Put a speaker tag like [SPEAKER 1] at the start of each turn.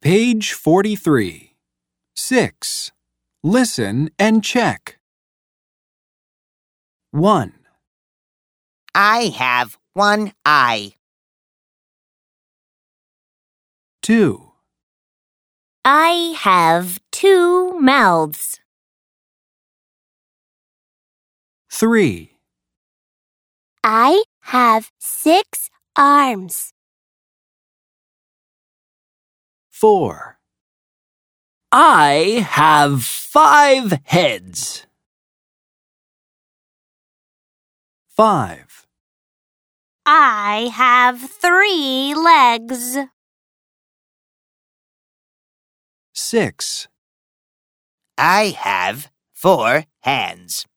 [SPEAKER 1] Page 43. 6. Listen and check. 1,
[SPEAKER 2] I have one eye.
[SPEAKER 1] 2,
[SPEAKER 3] I have two mouths.
[SPEAKER 1] 3,
[SPEAKER 3] I have six arms.
[SPEAKER 1] 4,
[SPEAKER 4] I have five heads.
[SPEAKER 1] 5,
[SPEAKER 3] I have three legs.
[SPEAKER 1] 6,
[SPEAKER 2] I have four hands.